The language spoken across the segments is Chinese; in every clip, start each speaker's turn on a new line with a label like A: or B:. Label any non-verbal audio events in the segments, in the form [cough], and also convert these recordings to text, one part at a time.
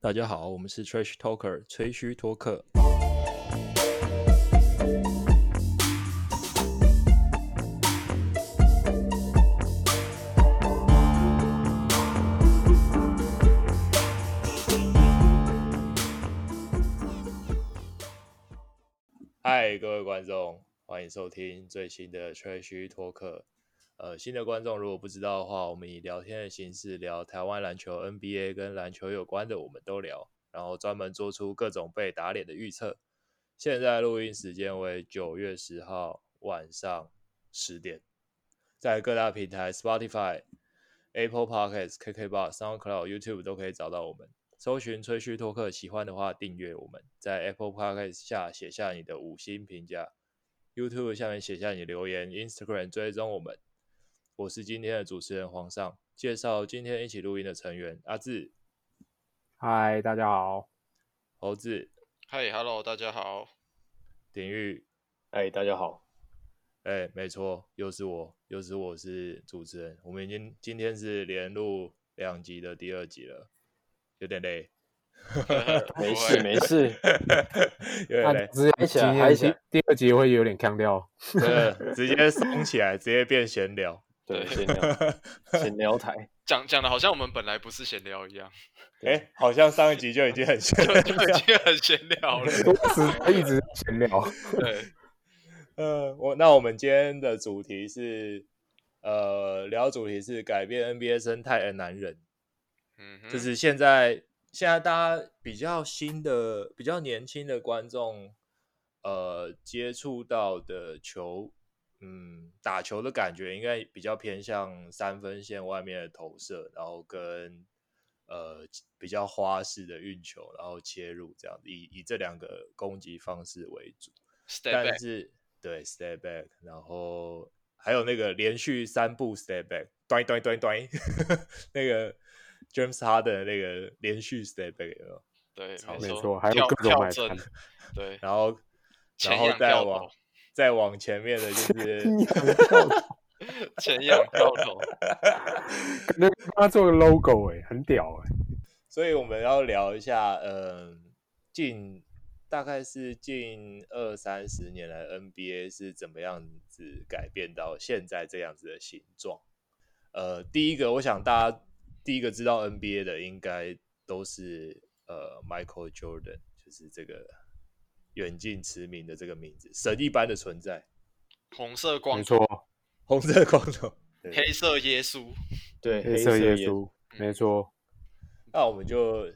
A: 大家好，我们是 Trash Talker 吹嘘托客。嗨，各位观众，欢迎收听最新的吹嘘托客。呃，新的观众如果不知道的话，我们以聊天的形式聊台湾篮球、NBA 跟篮球有关的，我们都聊，然后专门做出各种被打脸的预测。现在录音时间为九月十号晚上十点，在各大平台 Spotify、Apple Podcasts、KKBox、SoundCloud、YouTube 都可以找到我们。搜寻吹嘘托客，喜欢的话订阅我们，在 Apple Podcast 下写下你的五星评价，YouTube 下面写下你的留言，Instagram 追踪我们。我是今天的主持人皇上，介绍今天一起录音的成员阿志、
B: 嗨，大家好。
A: 猴子、
C: 嗨，Hello，大家好。
A: 鼎玉。
D: 嗨，大家好。
A: 哎，没错，又是我，又是我是主持人。我们已经今天是连录两集的第二集了，有点累， [laughs]
D: 没事没事，
A: 有点
B: 那
A: 累，
B: 只
D: 嗨起来
B: 今
D: 嗨
B: 天
D: 起来
B: 第第二集会有点腔调，
A: 真的直接松起来，直接变闲
C: [laughs]
A: 聊。
D: 对，
C: 对
D: 闲聊闲聊台，
C: 讲讲的好像我们本来不是闲聊一样，
A: 哎、好像上一集就已经很闲
C: 就
A: 了。
C: 就已经很闲聊了。
B: 都是一直在闲聊。
C: 对，
A: 呃，我那我们今天的主题是，呃，聊主题是改变 NBA 生态的男人。
C: 嗯哼，
A: 就是现在现在大家比较新的、比较年轻的观众，呃，接触到的球，嗯，打球的感觉应该比较偏向三分线外面的投射，然后跟呃比较花式的运球，然后切入这样，以以这两个攻击方式为主。
C: step
A: 但
C: back，
A: 是对 step back，然后还有那个连续三步 step back，端端端端， [laughs] 那个 James Harden 的那个连续 step back，有没有
C: 对，
A: 没
C: 错，
B: 错还有
C: 跳
B: 各种
C: 跳
B: 买
C: 正
B: 盘，
C: 对，
A: 然后
C: 前
A: 然后
C: 仰
A: 再
C: 跳
A: 往
C: 投
A: 再往前面的就是
B: [laughs]
A: [laughs]
C: 前仰跳投，
B: 那他做个 logo 哎、很屌哎、
A: 所以我们要聊一下，呃，近大概是近二三十年来 NBA 是怎么样子改变到现在这样子的形状。呃，第一个，我想大家第一个知道 NBA 的，应该都是呃 Michael Jordan，就是这个远近驰名的这个名字，神一般的存在，
C: 红色光
B: 没，错，
A: 红色光头。对
C: 黑色耶稣，
D: 对，
B: 黑
D: 色
B: 色耶
D: 耶，嗯
B: 稣，没错。
A: 那我们就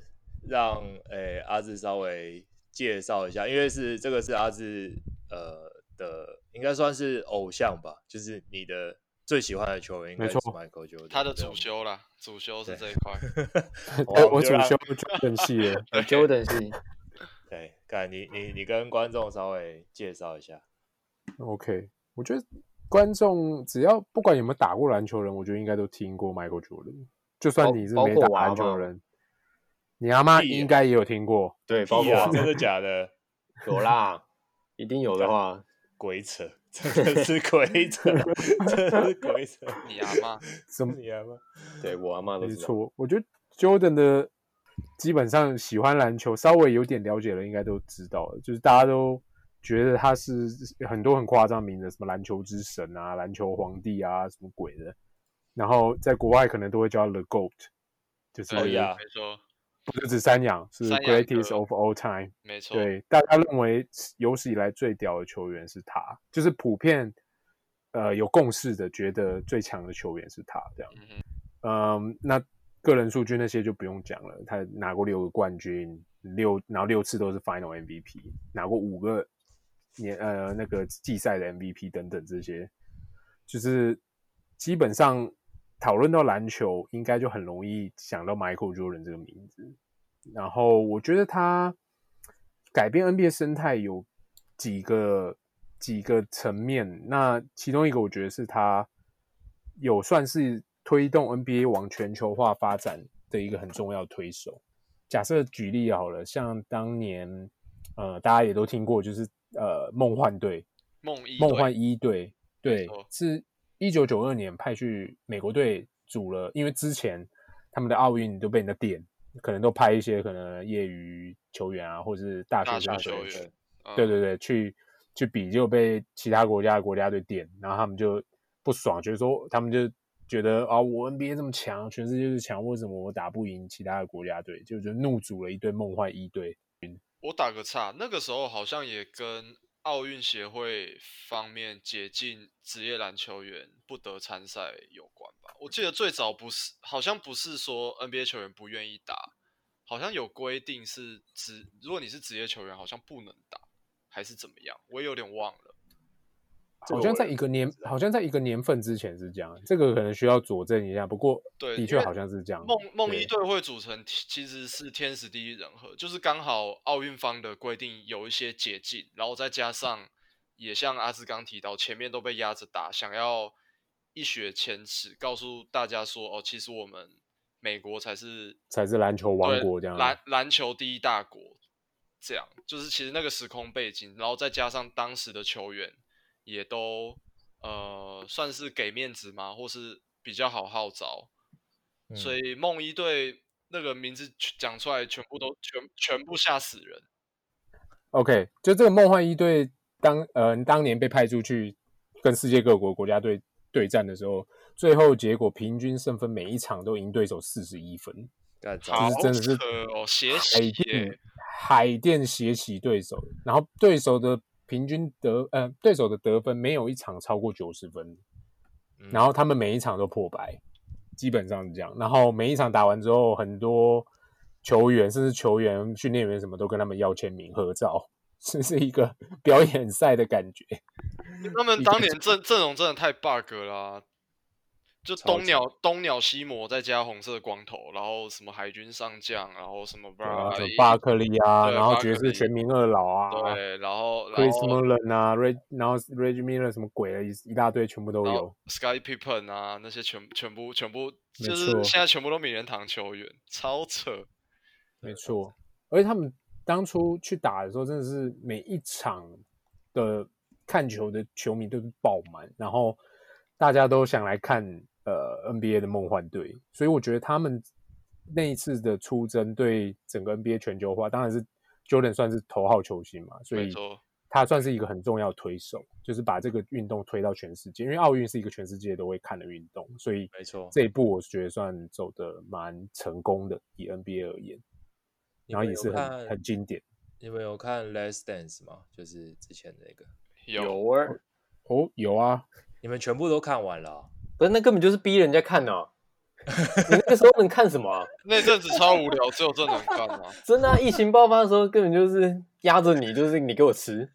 A: 让诶、阿志稍微介绍一下，因为是这个是阿志呃的，应该算是偶像吧，就是你的最喜欢的球员应该
B: 没
A: 是
B: 错
A: Michael Jordan，
C: 他的
A: 对啊
C: 主，修啦，主修是
A: 对
C: 这一块。
A: 我们
B: 哎我
A: 就
B: 主
A: 让
B: 修正系耶，
D: 你 Jordan 是
A: 对，看你你你跟观众稍微介绍一下，
B: OK，我觉得观众只要不管有没有打过篮球人，我觉得应该都听过 Michael Jordan。就算
D: 包
B: 你是
D: 包
B: 没
D: 括
B: 打
D: 我阿
B: 篮球
D: 嬷
B: 人，你阿妈
A: 屁呀
B: 应该也有听过。
A: [laughs]
D: 对，包
A: 屁
D: 括
A: 啊
D: 我
A: 真的假的？
D: 有啦，一定有
A: [laughs]
D: 的话，
A: 鬼扯，真的
B: [laughs]
A: 是鬼扯，真的是鬼
C: [laughs]
A: 扯，
C: 你阿妈，
B: 什么？
A: 你还吗？
D: 对我阿妈都
B: 没
D: 知道。
B: 错，我觉得 Jordan 的基本上喜欢篮球，稍微有点了解的应该都知道了，就是大家都觉得他是很多很夸张的名字，什么篮球之神啊、篮球皇帝啊，什么鬼的。然后在国外可能都会叫他 The Goat，就是
A: 哦
C: 对，
A: 呀
C: 没错，
B: 不是指山羊，是
C: 山羊
B: Greatest
C: 哥
B: of All Time。
C: 没错，
B: 对，大家认为有史以来最屌的球员是他，就是普遍呃有共识的，觉得最强的球员是他这样。
C: 嗯哼，
B: 嗯，那个人数据那些就不用讲了，他拿过六个冠军，六然后六次都是 Final MVP，拿过五个年呃那个季赛的 MVP 等等这些，就是基本上讨论到篮球，应该就很容易想到 Michael Jordan 这个名字。然后我觉得他改变 NBA 生态有几个几个层面，那其中一个我觉得是他有算是推动 NBA 往全球化发展的一个很重要推手。假设举例好了，像当年呃大家也都听过，就是呃梦幻队，
C: 梦一，
B: 梦幻一队，对
C: 错，
B: 是一九九二年派去美国队组了，因为之前他们的奥运都被人家点，可能都派一些可能业余球员啊，或是大学
C: 大
B: 生
C: 学
B: 啊
C: 球
B: 对
C: 员，嗯
B: 对对对，去去比，就被其他国家的国家队垫，然后他们就不爽，就是说他们就觉得啊，我 NBA 这么强，全世界最强，为什么我打不赢其他的国家队？就就怒组了一队梦幻一队，
C: 我打个岔，那个时候好像也跟奥运协会方面解禁职业篮球员不得参赛有关吧？我记得最早不是，好像不是说 NBA 球员不愿意打，好像有规定是职，如果你是职业球员，好像不能打，还是怎么样？我也有点忘了。
B: 好像在一个年，好像在一个年份之前是这样，这个可能需要佐证一下，不过
C: 对
B: 的
C: 因
B: 确
C: 为
B: 好像是这样。
C: 梦梦
B: 对
C: 一队会组成其其实是天时地利人和，就是刚好奥运方的规定有一些解禁，然后再加上也像阿志刚提到，前面都被压着打，想要一雪前耻，告诉大家说哦，其实我们美国才是
B: 才是篮球王
C: 对
B: 国这样。
C: 篮篮球第一大国，这样就是其实那个时空背景，然后再加上当时的球员也都呃算是给面子嘛，或是比较好号召，
A: 嗯
C: 所以梦一队那个名字全讲出来，全部都全全部吓死人。
B: OK，就这个梦幻一队当呃当年被派出去跟世界各国国家队对战的时候，最后结果平均胜分每一场都赢对手四十一分，
A: 干糟
C: 好
B: 就是真的是
C: 扯哦，血
B: 海
C: 洗
B: 淀
C: 耶！
B: 海淀血洗对手，然后对手的平均得呃对手的得分没有一场超过九十分，
A: 嗯
B: 然后他们每一场都破百，基本上是这样。然后每一场打完之后，很多球员甚至球员、训练员什么都跟他们要签名合照，这是一个 [laughs] 表演赛的感觉。
C: 他们当年阵阵容真的太 bug 啦、就
A: 超
C: 东鸟东鸟西魔再加红色光头，然后什么海军上将，然后什么
B: 然后
C: bra-
B: 有
C: 一
B: 巴克利啊，
C: 啊对
B: 然后
C: 巴
B: 爵
C: 克
B: 士
C: 利
B: 全民二老啊
C: 对，然后然
B: ，Chris
C: 后
B: Mullin 啊，Reg，然后 Reg Miller 什么鬼的，一一大堆，全部都
C: 然
B: 有
C: 后。Sky Pippen 啊那些全全部全部
B: 没
C: 就是
B: 错
C: 现在全部都名人堂球员，超扯。
B: 没错，而且他们当初去打的时候，真的是每一场的看球的球迷都是爆满，然后大家都想来看呃 NBA 的梦幻队，所以我觉得他们那一次的出征对整个 NBA 全球化，当然是 Jordan 算是头号球星嘛，所
C: 没
B: 以
C: 错，
B: 他算是一个很重要的推手，就是把这个运动推到全世界，因为奥运是一个全世界都会看的运动，所以
A: 没错
B: 这一步我觉得算走的蛮成功的，以 NBA 而言。
A: 你
B: 然后
A: 们
B: 也
A: 有
B: 是
A: 看
B: 很很经典。
A: 你们有看《Last Dance》吗？就是之前那个，
C: 有
D: 啊，
B: 哦，有啊，
A: 你们全部都看完了哦、
D: 不是那根本就是逼人家看
A: [laughs]
D: 的、啊。你那个时候能看什么、啊？
C: 那阵子超无聊，只有这能看啊。
D: 真的啊、疫情爆发的时候根本就是压着你，就是你给我吃。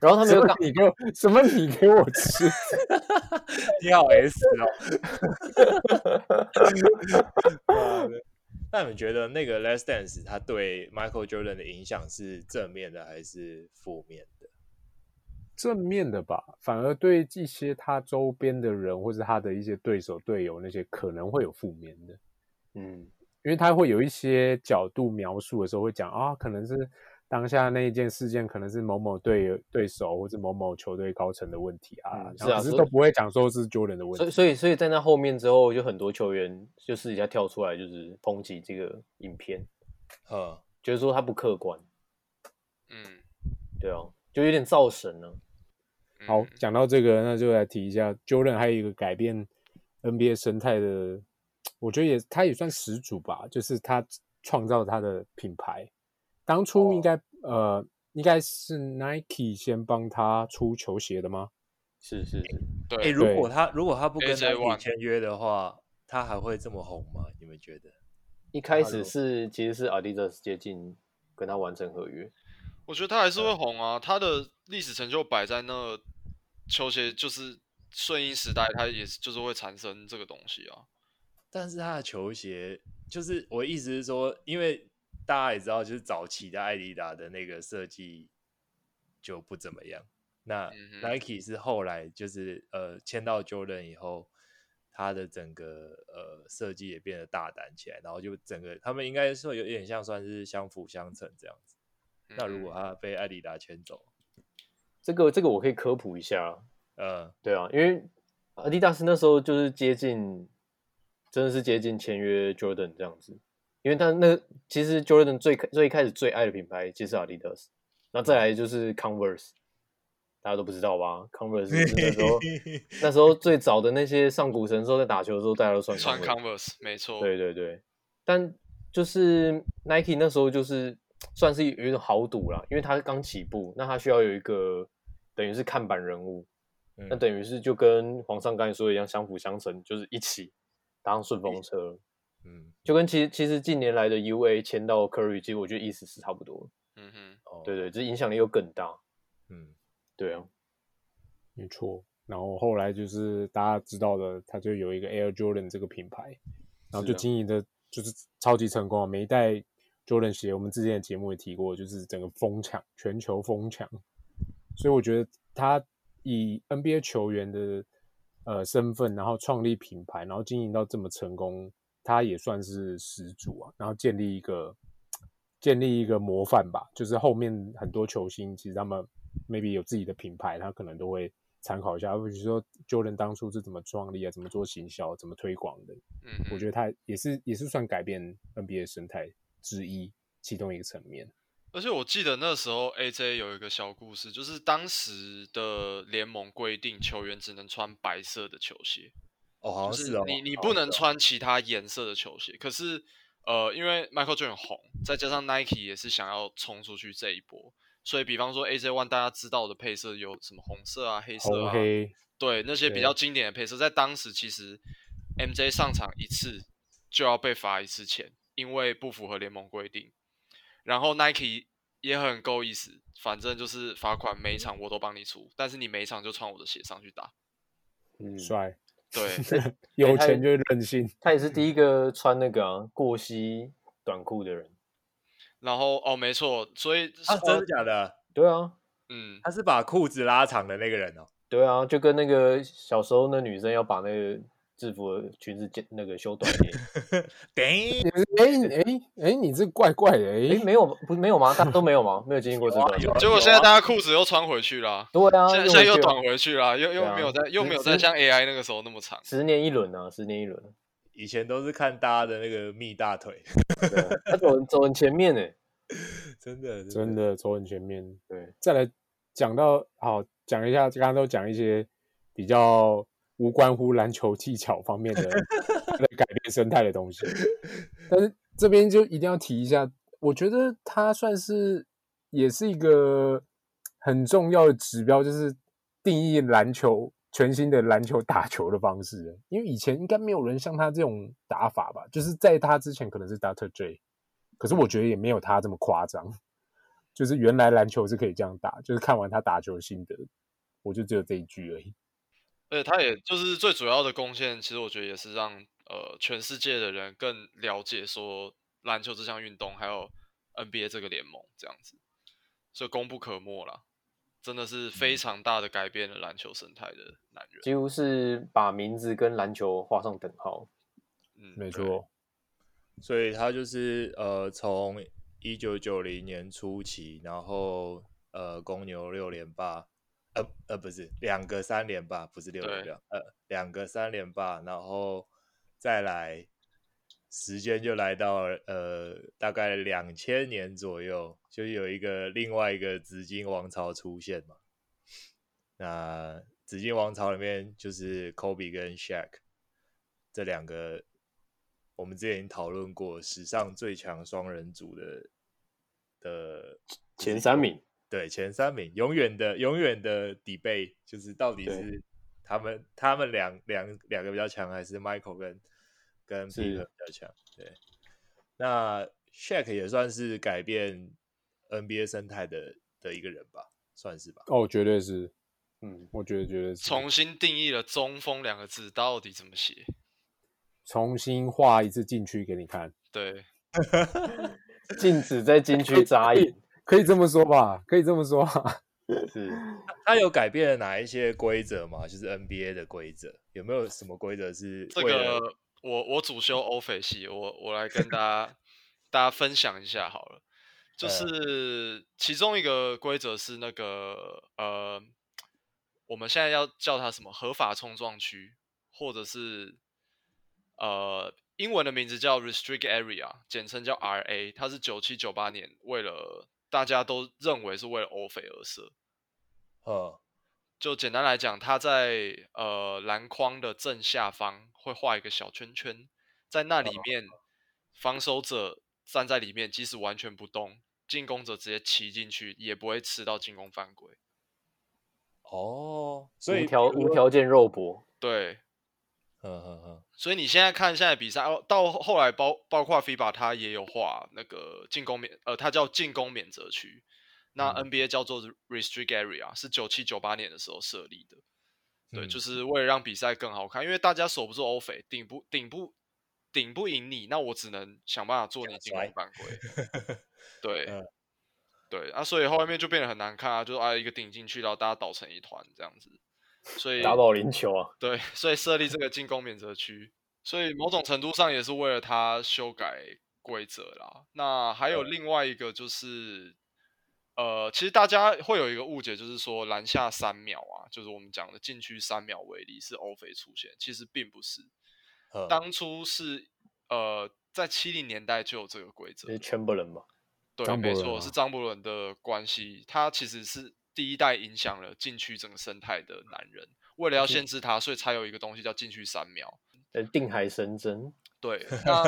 D: 然后他们
B: 什
D: 又 [laughs]
B: 么
D: 刚，
B: 你给我什么你给我吃？
A: [laughs] 你好 S [laughs] 哦。那你们觉得那个《Last Dance》它对 Michael Jordan 的影响是正面的还是负面的？
B: 正面的吧，反而对一些他周边的人或是他的一些对手队友那些可能会有负面的，
D: 嗯，
B: 因为他会有一些角度描述的时候会讲啊，可能是当下那一件事件可能是某某队对手或是某某球队高层的问题啊，
D: 嗯
B: 然
D: 是
B: 后
D: 啊
B: 可是
D: 所以
B: 都不会讲说是 Jordan 的问
D: 所以
B: 题。啊
D: 所以所以在那后面之后，就很多球员就私底下跳出来，就是抨击这个影片，
A: 呵，
D: 觉得说他不客观，
C: 嗯，
D: 对啊，就有点造神了、
C: 嗯
B: 好，讲到这个，那就来提一下 Jordan 还有一个改变 NBA 生态的，我觉得也他也算始祖吧，就是他创造他的品牌。当初应该、呃，应该是 Nike 先帮他出球鞋的吗？
D: 是是是，
A: 哎、
C: 对，
A: 如果他如果他不跟
C: AJ
A: Nike
C: One
A: 签约的话，他还会这么红吗？你们觉得？
D: 一开始是其实是 Adidas 接近跟他完成合约，
C: 我觉得他还是会红啊，他的历史成就摆在那，球鞋就是顺应时代，它也是就是会产生这个东西啊。
A: 但是他的球鞋，就是我意思是说，因为大家也知道，就是早期的艾迪达的那个设计就不怎么样。那
C: 嗯哼
A: Nike 是后来就是呃签到 Jordan 以后，他的整个呃设计也变得大胆起来，然后就整个他们应该说有点像算是相辅相成这样子。那如果
C: 嗯
A: 他被艾迪达签走，
D: 这个这个我可以科普一下啊，
A: 呃，
D: 对啊，因为 Adidas 那时候就是接近真的是接近签约 Jordan 这样子，因为他那其实 Jordan 最最一开始最爱的品牌其实是 Adidas，那再来就是 Converse，大家都不知道吧？Converse 是那时 [laughs] 候那时候最早的那些上古神兽在打球的时候，大家都穿
C: 穿
D: Converse
C: Converse 没
A: 哦
C: 错，
D: 对对对，但就是 Nike 那时候就是算是有一种豪赌啦，因为他刚起步，那他需要有一个等于是看板人物，那
A: 嗯，
D: 等于是就跟皇上刚才说的一样，相辅相成，就是一起搭上顺风车，
A: 嗯，
D: 就跟其实其实近年来的 UA 签到 Curry，其实我觉得意思是差不多，
C: 嗯哼，
A: 哦
D: 对，对，只是影响力又更大，
A: 嗯，
D: 对啊，
B: 没错。然后后来就是大家知道的，他就有一个 Air Jordan 这个品牌，然后
D: 是
B: 就
D: 啊
B: 经营的就是超级成功啊。每一代 Jordan 鞋，我们之前的节目也提过，就是整个疯抢，全球疯抢。所以我觉得他以 NBA 球员的呃身份，然后创立品牌，然后经营到这么成功，他也算是始祖啊。然后建立一个建立一个模范吧，就是后面很多球星其实他们 maybe 有自己的品牌，他可能都会参考一下，比如说 Jordan 当初是怎么创立啊，怎么做行销，怎么推广的。
C: 嗯哼，
B: 我觉得他也是也是算改变 NBA 生态之一，其中一个层面。
C: 而且我记得那时候 AJ 有一个小故事，就是当时的联盟规定球员只能穿白色的球鞋，
A: 哦，好
C: 就
A: 像是哦，
C: 你你
A: 好
C: 不
A: 像
C: 能
A: 是哦，
C: 穿其他颜色的球鞋。可是呃，因为 Michael Jordan 红，再加上 Nike 也是想要冲出去这一波，所以比方说 AJ One 大家知道的配色有什么红色啊、黑色
B: 红
C: 啊，
B: 黑
C: 对那些比
A: 对
C: 较经典的配色，在当时其实 MJ 上场一次就要被罚一次钱，因为不符合联盟规定。然后 Nike 也很够意思，反正就是罚款每一场我都帮你出，但是你每一场就穿我的鞋上去打。
D: 嗯，
B: 帅，
C: 对
B: [laughs] 有
D: 他
B: 钱就任性。
D: 他
A: 嗯
D: 也是第一个穿那个、啊、过膝短裤的人，
C: 然后哦，没错，所以
A: 啊，真
C: 呃
A: 的假的？
D: 对啊，
C: 嗯，
A: 他是把裤子拉长的那个人哦。
D: 对啊，就跟那个小时候那女生要把那个制服的裙子剪那个修短一
A: [laughs]
D: 点。
A: 等一
B: 哎哎哎，你这怪怪的哎
D: 诶，，没有，不没有吗？大家都没有吗？没有经历过这
A: 有啊
D: 段吗？
A: 有啊
C: 结果现在大家裤子又穿回去啦，
D: 对啊，
C: 现在
D: 用
C: 现在
D: 回
C: 又
D: 去啊
C: 短回去啦，又又
D: 对啊
C: 没有在又
D: 只
C: 没有
D: 只
C: 在像 AI 那个时候那么长。
D: [laughs] 十年一轮啊，十年一轮。
A: 以前都是看大家的那个蜜大腿，
D: 对啊他走走很前面呢、
A: 真的
B: 真的走很前面。
D: 对，
B: 再来讲到好讲一下，刚刚都讲一些比较无关乎篮球技巧方面
C: [laughs]
B: 的的改变生态的东西，但是这边就一定要提一下，我觉得它算是也是一个很重要的指标，就是定义篮球。全新的篮球打球的方式，因为以前应该没有人像他这种打法吧，就是在他之前可能是 Dr. J，可是我觉得也没有他这么夸张。就是原来篮球是可以这样打，就是看完他打球的心得，我就只有这一句而已。
C: 而且他也就是最主要的贡献，其实我觉得也是让呃全世界的人更了解说篮球这项运动，还有 NBA 这个联盟这样子，所以功不可没啦，真的是
B: 嗯
C: 非常大的改变了篮球生态的男人。
D: 几乎是把名字跟篮球画上等号。
C: 嗯，
B: 没
C: 对，
B: 错，
A: 所以他就是呃，从一九九零年初期，然后呃，公牛六连霸，呃呃，不是两个三连霸，不是六连
C: 对
A: 霸，呃，两个三连霸，然后再来，时间就来到了呃，大概两千年左右，就有一个另外一个紫金王朝出现嘛。那紫金王朝里面就是 Kobe 跟 Shaq 这两个，我们之前已经讨论过史上最强双人组的的
D: 前三名，
A: 对前三名，永远的永远的 debate 就是到底
D: 对
A: 是他们他们两两两个比较强，还是 Michael 跟跟
D: 是
A: Peter 比较强？对，那 Shaq 也算是改变 NBA 生态的的一个人吧，算是吧。
B: 哦，绝对是，
D: 嗯，
B: 我觉得绝对是
C: 重新定义了“中锋”两个字到底怎么写。
B: 重新画一次禁区给你看，
C: 对，
D: 禁止在禁区扎营。
B: 可以这么说吧？可以这么说吧，
D: 是，
A: 他有改变了哪一些规则吗？就是 NBA 的规则，有没有什么规则是
C: 这
A: 为了
C: 个我我主修欧菲系，我我
A: [laughs]
C: 来跟大家大家分享一下好了。就
A: 嗯
C: 是其中一个规则是那个呃，我们现在要叫它什么合法冲撞区，或者是呃，英文的名字叫 Restrict Area，简称叫 RA，它是九七九八年为了大家都认为是为了欧菲而设。
A: 嗯，
C: 就简单来讲，它在呃篮筐的正下方会画一个小圈圈，在那里面，防守者站在里面，即使完全不动，进攻者直接骑进去也不会吃到进攻犯规。
A: 哦， [laughs] 所以
D: 无条
A: 比如
D: 无
A: 说，
D: 条件肉搏，
C: 对，
A: 嗯嗯嗯，
C: 所以你现在看现在比赛，哦到后来包包括 FIBA 它也有画那个进攻免，呃，它叫进攻免责区，那
A: 嗯
C: NBA 叫做 Restrict Area，是九七九八年的时候设立的。对，
A: 嗯
C: 就是为了让比赛更好看，因为大家守不住欧菲，顶不顶不顶不赢你，那我只能想办法做你进
A: 甩
C: 攻犯规。 [laughs] 对，
A: 嗯
C: 对啊，所以后面就变得很难看啊，就是啊一个顶进去，然后大家倒成一团这样子，所以
D: 打保龄球啊，
C: 对， [laughs] 所以设立这个进攻免责区，所以某种程度上也是为了他修改规则啦。那还有另外一个就是，呃，其实大家会有一个误解，就是说篮下三秒啊，就是我们讲的禁区三秒为例是欧菲出现，其实并不是，
A: 嗯
C: 当初是呃在七零年代就有这个规则
D: 就是，全部人嘛，
C: 对，
B: 张
C: 没
B: 伯伦
C: 错，
B: 啊
C: 是张伯伦的关系，他其实是第一代影响了禁区整个生态的男人。为了要限制他，所以才有一个东西叫禁区三秒。
D: 呃，定海神针，
B: [laughs]
C: 对，那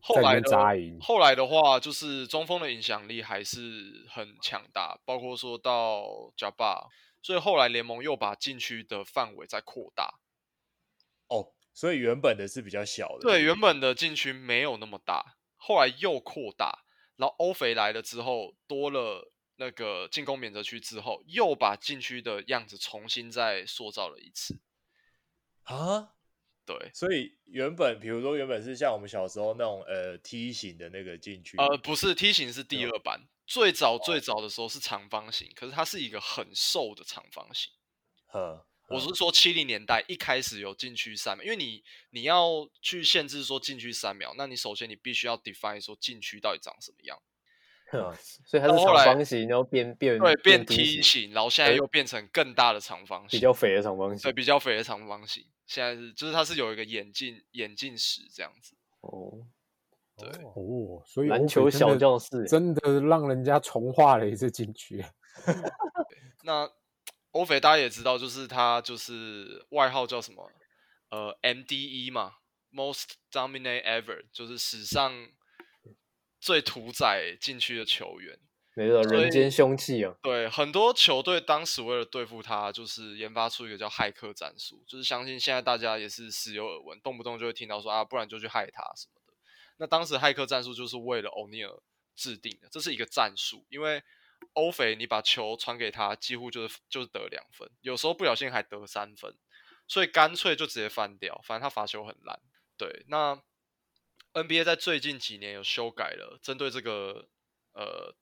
C: 后
B: 在里
C: 来
B: 面
C: 的
B: 扎营
C: 后来的话，就是中锋的影响力还是很强大，包括说到 j a b a 所以后来联盟又把禁区的范围再扩大。
A: 哦，所以原本的是比较小的，
C: 对，原本的禁区没有那么大，后来又扩大，然后欧肥来了之后，多了那个进攻免责区之后，又把禁区的样子重新再塑造了一次。
A: 啊，
C: 对，
A: 所以原本比如说原本是像我们小时候那种呃梯形的那个禁区，
C: 呃，不是梯形是第
A: 对啊哦
C: 二版，最早最早的时候是长方形，可是它是一个很瘦的长方形。
A: 嗯，
C: 我是说七零年代一开始有禁区三秒，因为你你要去限制说禁区三秒，那你首先你必须要 define 说禁区到底长什么样。
A: 嗯
D: 所以它
C: 到
D: 是
C: 后
D: 长
C: 来
D: 方形，然后变变
C: 对，变
D: 梯
C: 梯，形，然后现在
D: 呃
C: 又变成更大的长方形，
D: 比较肥的长方
C: 对
D: 形。
C: 比较肥的长方形。现在是就是它是有一个眼镜眼镜石这样子，
D: 哦，
C: 对
A: 哦
B: 哦，所以
D: 篮
B: 欧
D: 球
B: 肥真
D: 小
B: 的
D: 教室，
B: 真的让人家重画了一次禁区。
C: 那欧肥大家也知道，就是他就是外号叫什么？呃，MDE 嘛，Most Dominate Ever，就是史上最屠宰禁区的球员。
D: 没错，
C: 所以
D: 人间凶器啊，
C: 对，很多球队当时为了对付他，就是研发出一个叫骇客战术，就是相信现在大家也是时有耳闻，动不动就会听到说啊，不然就去害他什么的。那当时骇客战术就是为了欧尼尔制定的，这是一个战术，因为欧肥你把球传给他，几乎就是就是得两分，有时候不小心还得三分，所以干脆就直接翻掉，反正他罚球很烂。对，那 NBA 在最近几年有修改了针对这个呃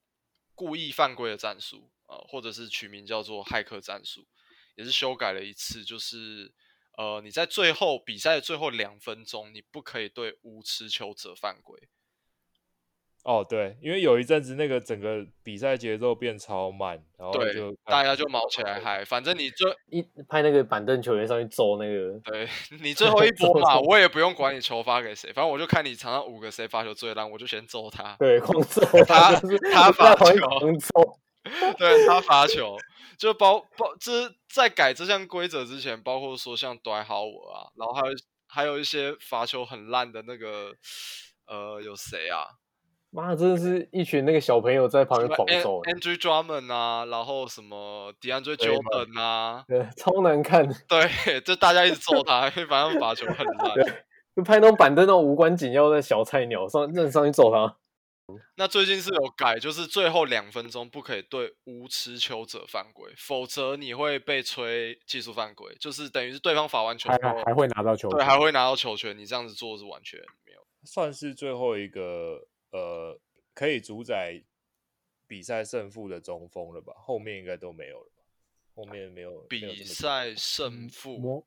C: 故意犯规的战术啊、呃，或者是取名叫做骇客战术，也是修改了一次，就是呃你在最后比赛的最后两分钟，你不可以对无持球者犯规。
A: 哦对，因为有一阵子那个整个比赛节奏变超慢，然后
C: 对
A: 就，
C: 大家就毛起来嗨，反正你最
D: 一拍那个板凳球员上去揍那个，
C: 对 [laughs] 你最后一波嘛，
D: 揍
C: 我也不用管你球发给谁，反正我就看你场上五个谁发球最烂，我就先揍他。
D: 对，狂揍
C: [laughs]
D: 啊
C: 他
D: 就是
C: 他罚
D: 在旁边
C: 球
D: 狂揍，
C: [laughs] 对他罚球，就包包，就是在改这项规则之前，包括说像 d w y h o w 啊，然后还有还有一些罚球很烂的那个，呃，有谁啊
D: 妈，真的是一群那个小朋友在旁
C: 什
D: 边
C: 么
D: 狂
C: ？An-
D: 揍，
C: ？Andrew Drummond 啊，然后什么 DeAndre
A: 对嘛
C: Jordan 啊，
D: 对，超难看，
C: 对， [laughs] 就大家一直揍他，因为反正罚球很烂。
D: 就拍那种板凳那种无关紧要的小菜鸟上，认上去揍他，
C: 那最近是有改，就是最后两分钟不可以对无持球者犯规，否则你会被吹技术犯规，就是等于是对方罚完球
B: 还
C: 之后
B: 还还会拿到球
C: 对，
B: 权
C: 还会拿到球权。你这样子做是完全没有。
A: 算是最后一个呃可以主宰比赛胜负的中锋了吧？后面应该都没有了吧？后面没有没有这
C: 比
A: 么嗯
C: 赛胜负，
B: 魔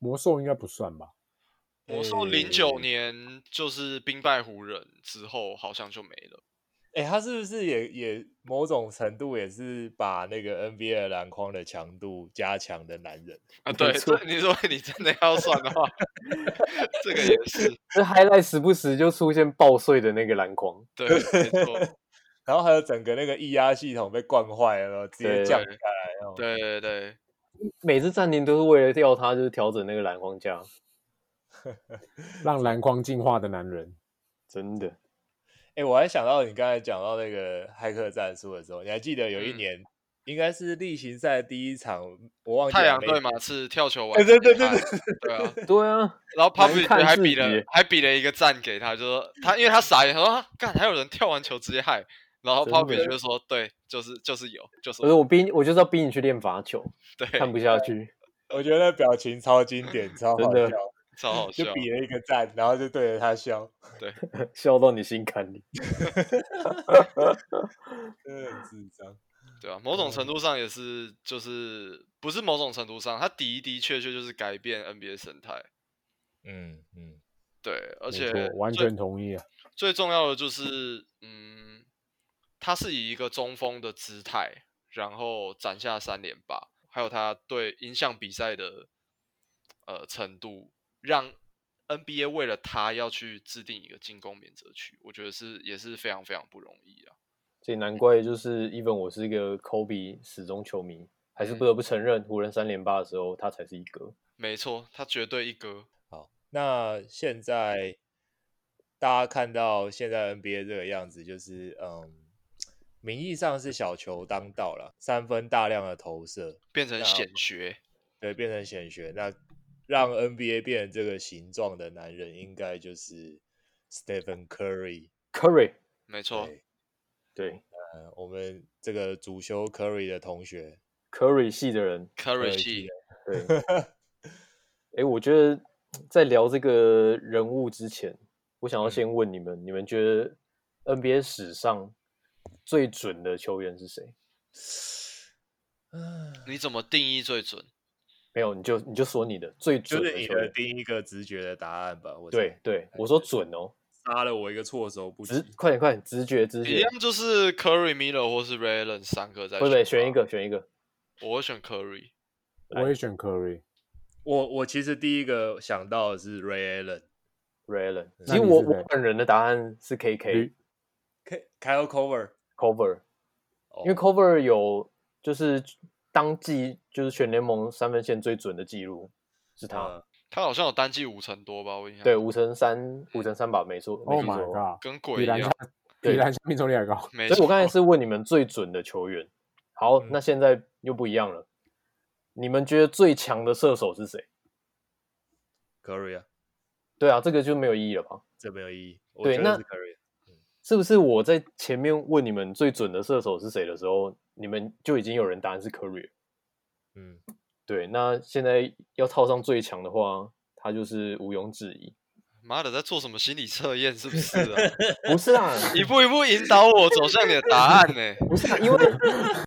B: 魔兽应该不算吧？
C: 魔兽
A: 诶
C: 零九年就是兵败湖人之后，好像就没了。
A: 哎、他是不是也也某种程度也是把那个 NBA 的篮筐的强度加强的男人？ [laughs]
C: 啊，对，
D: 错
C: 这你说你真的要算的话， [laughs] 这个也是
D: 这 highlight 时不时就出现爆碎的那个篮筐，
C: 对，没错，
A: [laughs] 然后还有整个那个液压系统被惯坏了，然后直接
D: 对
A: 降下来。然后
C: 对对对，
D: 每次暂停都是为了要他就是调整那个篮筐架，
B: 让篮筐进化的男人，
D: 真
C: [laughs]
D: 的。
A: 哎、我还想到你刚才讲到那个骇客战术的时候，你还记得有一
C: 嗯
A: 年、应该是例行赛第一场，我忘记
C: 太
A: 了
C: 阳
A: 美
C: 对马刺跳球完
A: 哦哎
C: 全
A: 对
C: 厉害，
A: 对对
C: 对啊，
D: 对啊，
C: 然
A: [laughs]
C: 后 p
D: 难
C: o p
D: 看
C: 还
D: 自
C: 比了
D: 己
C: 还比了一个赞给他，就说他因为他傻眼，他说啊干还有人跳完球直接嗨，然后 p
D: 真
C: o p
D: 的
C: 就说对，就是就是有，就是
D: 我说我逼你，我就是要逼你去练罚球，
C: 对，
D: 看不下去，
A: 我觉得表情超经典，超
D: 真
A: 好
D: 的
A: 笑，
C: 超好笑
A: 就，比了一个赞，然后就对着他笑，
D: [laughs] 笑到你心坎里。
A: 真 [laughs] 的很智障。
C: 对啊，某种程
A: 嗯
C: 度上也是，就是不是某种程度上，他的的确确就是改变 NBA 生态，
A: 嗯嗯，
C: 对，而
B: 没
C: 且
B: 错完
C: 最
B: 全同意啊。
C: 最重要的就是，嗯，他是以一个中锋的姿态，然后斩下三连霸，还有他对影响比赛的呃程度，让 NBA 为了他要去制定一个进攻免责区，我觉得是也是非常非常不容易啊。
D: 所以难怪就是 even 我是一个 Kobe 始终球迷，还是不得不承认，湖人三连霸的时候他才是一哥。
C: 没错，他绝对一哥，
A: 好，那现在大家看到现在 NBA 这个样子，就是嗯，名义上是小球当道了，三分大量的投射，
C: 变成
B: 啊
A: 那
C: 显学。
A: 对，变成显学，那让 NBA 变成这个形状的男人，应该就是 Stephen Curry。
D: Curry，
C: 没错，
A: 对
D: 对
A: 呃，我们这个主修 Curry 的同学，
D: Curry 系的人，
C: Curry
A: 对
C: 系，
D: 对。哎，我觉得在聊这个人物之前，我想要
A: 嗯
D: 先问你们，你们觉得 NBA 史上最准的球员是谁？
A: 嗯，
C: 你怎么定义最准？
D: 没有，你就你就说你的最准
A: 就是
D: 的
A: 你
D: 球
A: 的
D: 员。
A: 第一个直觉的答案吧？我
D: 对
A: 猜
D: 对，我说准哦，
A: 杀了我一个措手不及
D: 直。快点快点，直觉直
C: 一
D: 觉，
C: 样就是 Curry、Miller 或是 Ray Allen 三个在
D: 不对，选
C: 吧
D: 一，个选一个。
C: 我会选 Curry。
B: 我也选 Curry，
A: 我我其实第一个想到的是 Ray Allen、
D: Ray Allen，
A: 那
D: 其实
B: 你
D: 我
B: 是
D: 我
B: 谁
D: 本人的答案是 KK
B: 绿
A: K- Kyle Cover，哦
D: Cover，因
B: 哦
D: 为 Cover 有就是当季就是全联盟三分线最准的记录是他，
A: 嗯
C: 他好像有单季五成多吧，我印象
D: 对
C: 中
D: 五乘三五乘三吧，没错。没
B: Oh
D: 记
B: my
D: 错
B: god，
C: 跟
B: 比
C: 鬼一
B: 篮下
C: 样。
B: 比
D: 对
B: 篮下命中率还高。
C: 没
D: 所以
C: 错，啊哦
D: 我
C: 嗯
D: 刚才是问你们最准的球员，好，那现在又不一样了，你们觉得最强的射手是谁？
A: Curry 啊，
D: 对啊，这个就没有意义了吧？
A: 这没有意义。我
D: 对
A: 觉
D: 那
A: 得是 Curry，
D: 是不是我在前面问你们最准的射手是谁的时候，你们就已经有人答案是 Curry 了？
A: 嗯，
D: 对，那现在要套上最强的话，他就是毋庸置疑。
C: 妈的在做什么心理测验是不是啊？
D: 不
C: [laughs]
D: 是啊，
C: 一步一步引导我走向你的答案呢、
D: [laughs] 不是啊，因为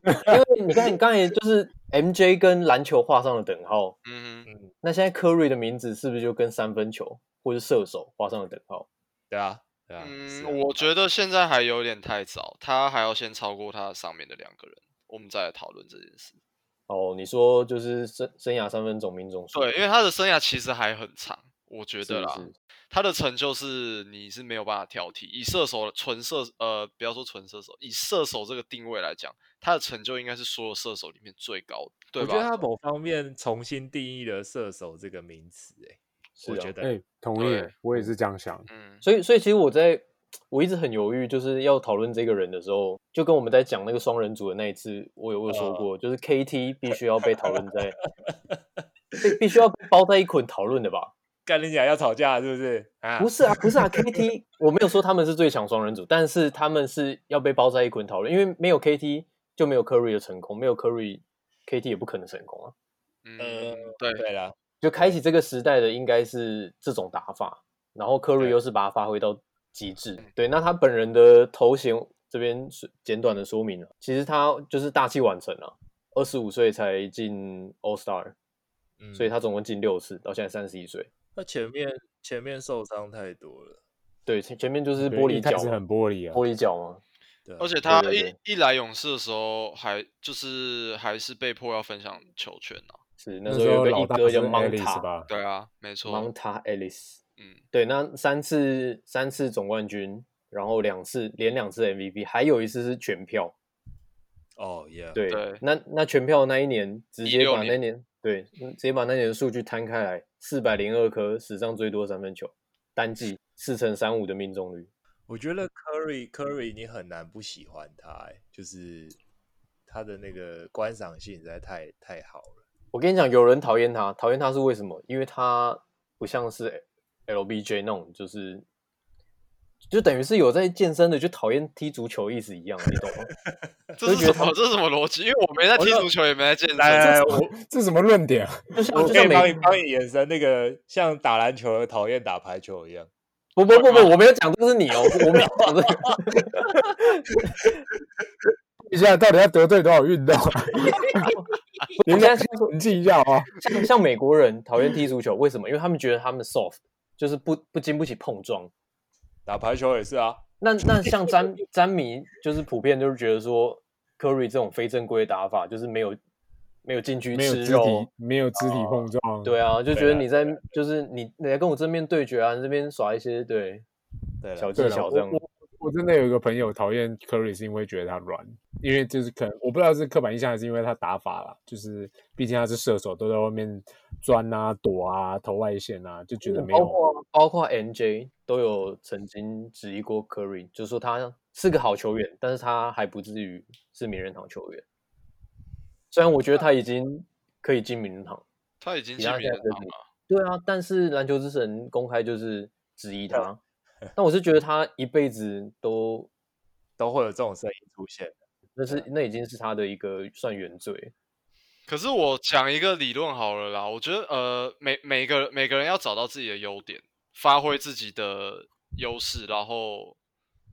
D: 因为你看，你刚才就是 MJ 跟篮球画上了等号，
C: 嗯哼，
D: 那现在 Curry 的名字是不是就跟三分球或是射手画上了等号？
A: 对啊，对啊。是
C: 嗯，
A: 啊
C: 我觉得现在还有点太早，他还要先超过他上面的两个人，我们再来讨论这件事。
D: 哦，你说就是生生涯三分总命中数，
C: 对，因为他的生涯其实还很长，我觉
D: 是
C: 得啦，
D: 是
C: 他的成就是你是没有办法挑剔。以射手纯射呃，不要说纯射手，以射手这个定位来讲，他的成就应该是所有射手里面最高的，对
A: 我
C: 吧？
A: 觉得他某方面重新定义了“射手”这个名词、欸，
D: 是
A: 我
D: 啊
A: 觉得，
B: 哎，同意
C: 对，
B: 我也是这样想。
C: 嗯，
D: 所以，所以其实我在我一直很犹豫，就是要讨论这个人的时候，就跟我们在讲那个双人组的那一次，我有我有说过，就是 KT 必须要被讨论在必必须要被包在一捆讨论的吧？
A: 干你讲要吵架是不是？啊，
D: 不是啊，不是啊，KT 我没有说他们是最强双人组，但是他们是要被包在一捆讨论，因为没有 KT 就没有 Curry 的成功，没有 Curry，KT 也不可能成功啊。
C: 嗯，
A: 呃
C: 对，
A: 对啦，
D: 就开启这个时代的应该是这种打法，然后科瑞
A: 对
D: 又是把它发挥到极致。
B: 嗯
D: 对，那他本人的头衔这边是简
B: 嗯
D: 短的说明了，其实他就是大器晚成啊，二十五岁才进 All Star，
A: 嗯，
D: 所以他总共进六次，到现在三十一岁。
A: 他前面前面受伤太多了，
D: 对，前前面就是
B: 嗯对
D: 玻
B: 一
D: 璃
B: 开
D: 脚
B: 始
D: 嘛，
B: 很玻璃啊，
D: 玻璃脚嘛，
A: 对啊，
C: 而且他一
D: 对对对
C: 一来勇士的时候还就是还是被迫要分享球权啊。
D: 是那
B: 那
D: 时候有个
B: 老
D: 一
B: 大
D: 哥
B: 是
D: 叫
B: Alice 吧？
C: 对啊，没错，
D: Monta，Monta Ellis，
C: 嗯，
D: 对，那三次三次总冠军，然后两次连两次 MVP，还有一次是全票。
A: 哦，yeah，
D: 对，
C: 对
D: 那那全票那一年直接
C: 16
D: 把那
C: 年
D: 年对嗯直接把那年的数据摊开来，四百零二颗史上最多三分球，单季四乘三五的命中率。
A: 我觉得 Curry Curry 你很难不喜欢他、欸，就是他的那个观赏性实在太太好了。
D: 我跟你讲，有人讨厌他，讨厌他是为什么？因为他不像是 LBJ 那种，就是就等于是有在健身的，就讨厌踢足球意思一样，你懂吗？
C: 这
D: 就是觉得
C: 什
D: 他
C: 么？这是什么逻辑？因为我没在踢足球，也没在健身。
A: 来来，我
B: 这什么论点啊？ [laughs]
D: 就像
A: 我
D: 就
A: 可以
D: 像
A: 帮你
D: 美
A: 帮你延伸那个像打篮球的讨厌打排球一样。
D: 不不不不，我没有讲这是你哦，我没有讲这个。
B: 一下到底要得罪多少运动啊？ [laughs] 你
D: 我现
B: 们
D: 在先说
B: 冷静一下啊！
D: 像像美国人讨厌踢足球，为什么？因为他们觉得他们 soft，就是不不经不起碰撞。
A: 打排球也是啊，
D: 那那像詹詹迷，就是普遍就是觉得说，Curry 这种非正规的打法，就是没有没有禁区
B: 没有
D: 吃
B: 肢
D: 肉
B: 体，，没有肢体碰撞，
D: 对啊，就觉得
A: 啦
D: 你在就是你你来跟我正面对决啊，你这边耍一些对
A: 对了
D: 小，
B: 对啦
D: 技巧
B: 我
D: 这样。
B: 我我真的有一个朋友讨厌 Curry 是因为觉得他软，因为就是可能我不知道是刻板印象还是因为他打法啦，就是毕竟他是射手，都在外面钻啊、躲啊、投外线啊，就觉得没
D: 哦嗯包
B: 有。
D: 括包括 NJ 都有曾经质疑过 Curry，就说他是个好球员，但是他还不至于是名人堂球员。虽然我
C: 啊
D: 觉得他已经可以进名人堂，
C: 他已经
D: 其
C: 进
D: 他
C: 名人
D: 现在
C: 堂
D: 就是
C: 了。
D: 对啊，但是篮球之神公开就是质疑
C: 啊
D: 他。那我是觉得他一辈子都，
A: 都会有这种声音出现。
D: 那是
C: 啊
D: 那已经是他的一个算原罪。
C: 可是我讲一个理论好了啦，我觉得呃，每每个每个人要找到自己的优点，发挥自己的优势，然后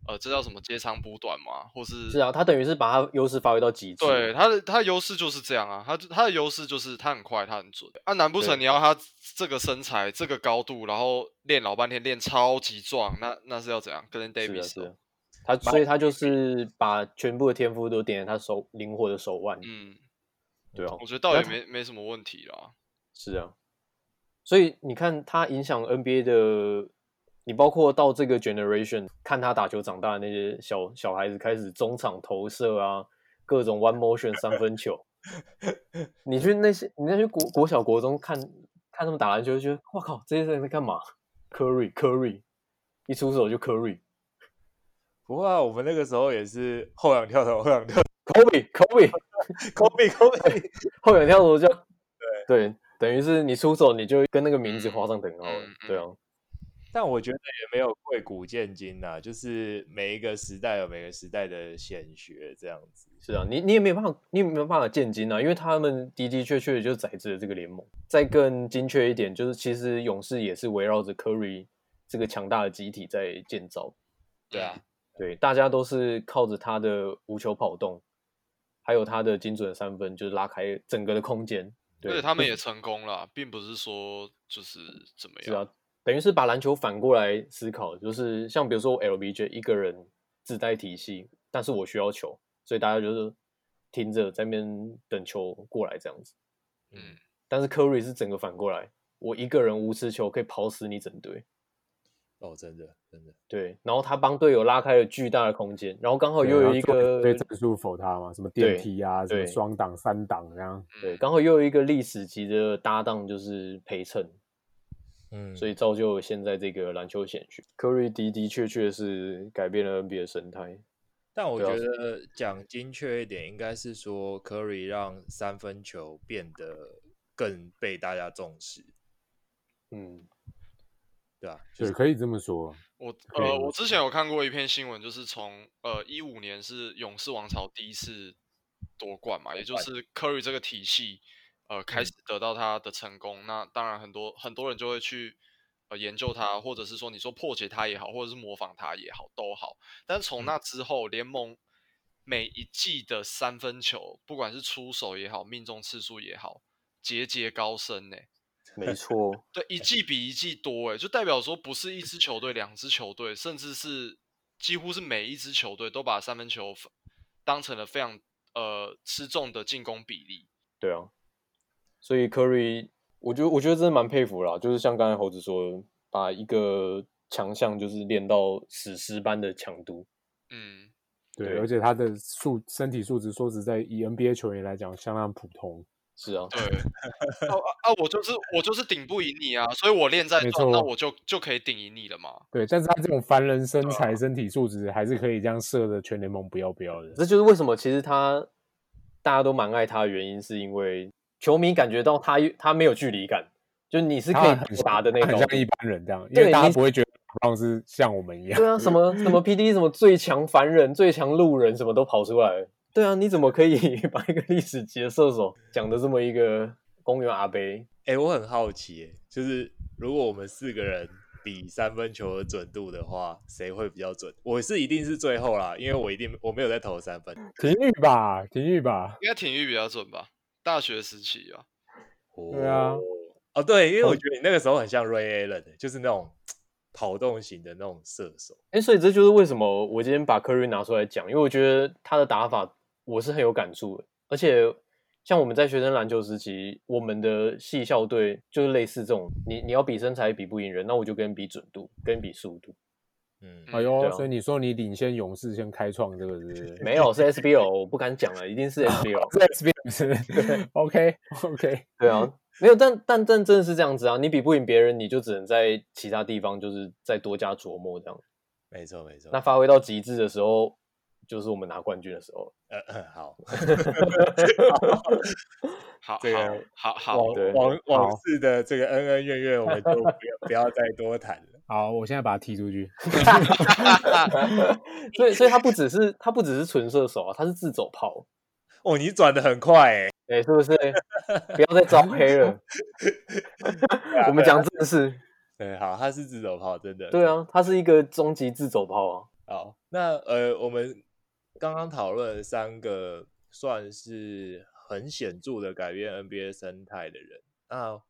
C: 呃，这叫什么截长补短嘛，或是
D: 是啊，啊他等于是把他优势发挥到极致。
C: 对，他的他的优势就是这样啊，他就他的优势就是他很快，他很准啊。难不
D: 对
C: 成你要他这个身材、这个高度，然后练老半天，练超级壮，那那是要怎样？跟
D: 是啊
C: Davis
D: 是
C: 哦
D: 啊，他所以他就是把全部的天赋都点在他手灵活的手腕。
C: 嗯，
D: 对啊，
C: 我觉得倒也
D: 那
C: 没没什么问题啦。
D: 是啊，所以你看他影响 NBA 的，你包括到这个 generation 看他打球长大的那些小小孩子开始中场投射啊，各种 one motion 三
C: [laughs]
D: 分球，你去那些你那些国国小国中看看他们打篮球，就觉得哇靠，这些人在干嘛？Curry Curry 一出手就 Curry。
A: 不过、啊、我们那个时候也是后仰跳投，后仰跳
D: Kobe Kobe [laughs]
A: 投，Kobe Kobe，
D: 后仰跳投就对对，等于是你出手你就跟那个名字画上等号了
C: 嗯嗯，
D: 对啊，
A: 但我觉得也没有贵古见今呐、就是每一个时代有每个时代的显学这样子。
D: 是啊，你你也没办法，你也没有办法建金啊，因为他们的的确确就宰制了这个联盟。再更精确一点，就是其实勇士也是围绕着 Curry 这个强大的集体在建造。
A: 对啊，
C: 嗯
D: 对，大家都是靠着他的无球跑动，还有他的精准的三分，就是拉开整个的空间。
C: 而
D: 对，
C: 且他们也成功了，并不是说就是怎么
D: 是
C: 样。
D: 啊，等于是把篮球反过来思考，就是像比如说 LBJ 一个人自带体系，但是我需要球，所以大家就是听着在那边等球过来这样子。
C: 嗯，
D: 但是 Curry 是整个反过来，我一个人无持球可以跑死你整队。
A: 哦，真的真的，
D: 对，然后他帮队友拉开了巨大的空间，然后刚好
B: 对
D: 又
B: 然
D: 有
B: 后嗯
D: 一
B: 重点
D: 个
B: 被战术否他嘛，什么
D: 对
B: 电梯啊，什么
D: 对嗯
B: 双挡、三挡这样。
D: 对，刚好又有一个历史级的搭档就是陪衬，
A: 嗯，
D: 所以造就了现在这个篮球险局。Curry 的的确确是改变了 NBA 的生态。
A: 但我
D: 对
A: 觉
D: 啊
A: 得讲精确一点，应该是说 Curry 让三分球变得更被大家重视，
D: 嗯，
A: 对吧、就
B: 对，
A: 是
B: 可以这么说。
C: 我
B: 可以
C: 呃，
B: 我
C: 我之前有看过一篇新闻，就是从呃一五年是勇士王朝第一次夺冠嘛，也就
A: 冠
C: 是 Curry 这个体系呃开始得到他的成功。那当然很多很多人就会去呃研究他，或者是说你说破解他也好，或者是模仿他也好，都好。但是从那之后，联盟每一季的三分球，不管是出手也好，命中次数也好，节节高升呢、
D: 没错，
B: [laughs]
C: 欸对，一季比一季多哎，就代表说不是一支球队、两支球队，甚至是几乎是每一支球队都把三分球当成了非常呃吃重的进攻比例。
D: 对啊，所以 Curry，我觉得我觉得真的蛮佩服啦，就是像刚才猴子说的，把一个强项就是练到史诗般的强度。
C: 嗯，
B: 对，
D: 对
B: 而且他的素身体素质，说实在，以 NBA 球员来讲，相当普通。
D: 是啊，
C: 对。啊啊！我就是我就是顶不赢你啊，所以我练在
B: 没
C: 壮，那
B: 错
C: 我就就可以顶赢你了嘛。
B: 对，但是他这种凡人身材、身体素质，还是可以这样射的全联盟不要不要的。
D: 这就是为什么其实他大家都蛮爱他的原因，是因为球迷感觉到他他没有距离感，就是你是可
B: 他
D: 以
B: 很
D: 到达的那
B: 他
D: 种
B: 很。像一般人这样，因
D: 对
B: 为大家
D: 你
B: 不会 [laughs] 觉得 LeBron 是像我们一样。
D: 对啊，什么什么 PD 什么最强凡人、最强路人，什么都跑出来了。对啊，你怎么可以 [laughs] 把一个历史级的射手讲的这么一个公园阿贝？
A: 哎、我很好奇耶，就是如果我们四个人比三分球的准度的话，谁会比较准？我是一定是最后啦，因为我一定我没有在投三分。
B: [laughs] 体育吧，体育 [laughs] 吧，
C: 应该体育比较准吧？大学时期啊，
B: 对啊
A: 哦，哦对，因为我觉得你那个时候很像 Ray Allen，就是欸那种跑动型的那种射手。
D: 哎，所以这就是为什么我今天把科瑞拿出来讲，因为我觉得他的打法我是很有感触的。而且像我们在学生篮球时期，我们的系校队就是类似这种，你你要比身材比不赢人，那我就跟比准度，跟比速度。
A: 嗯，
C: 嗯
B: 哎呦，
D: 对啊
B: 所以你说你领先勇士，先开创这个是不是？ [laughs]
D: 没有是 SBO，我不敢讲了，一定是 SBO。
B: 这 S B [laughs] 是 OK OK，
D: 对啊，没有，但但但真的是这样子啊！你比不赢别人，你就只能在其他地方就是再多加琢磨这样。
A: 没错没错。
D: 那发挥到极致的时候，就是我们拿冠军的时候。
A: 呃好，
C: 好
A: 这
B: 啊
A: 个
C: 好好好，
A: 往
D: 对
A: 往
B: 好
A: 往事的这个恩恩怨怨，我们就
D: [laughs]
A: 不要不要再多谈了。
B: [laughs] 好，我现在把他踢出去。
D: [laughs] 所以所以他不只是他不只是纯射手啊，他是自走炮。
A: 哦，你转的很快哎、
D: 哎、是不是？不要再招黑了。我们讲正事。
A: 对，好，他是自走炮，真的。
D: 对啊，他是一个终极自走炮啊。
A: 好，那呃，我们刚刚讨论了三个算是很显著的改变 NBA 生态的人，那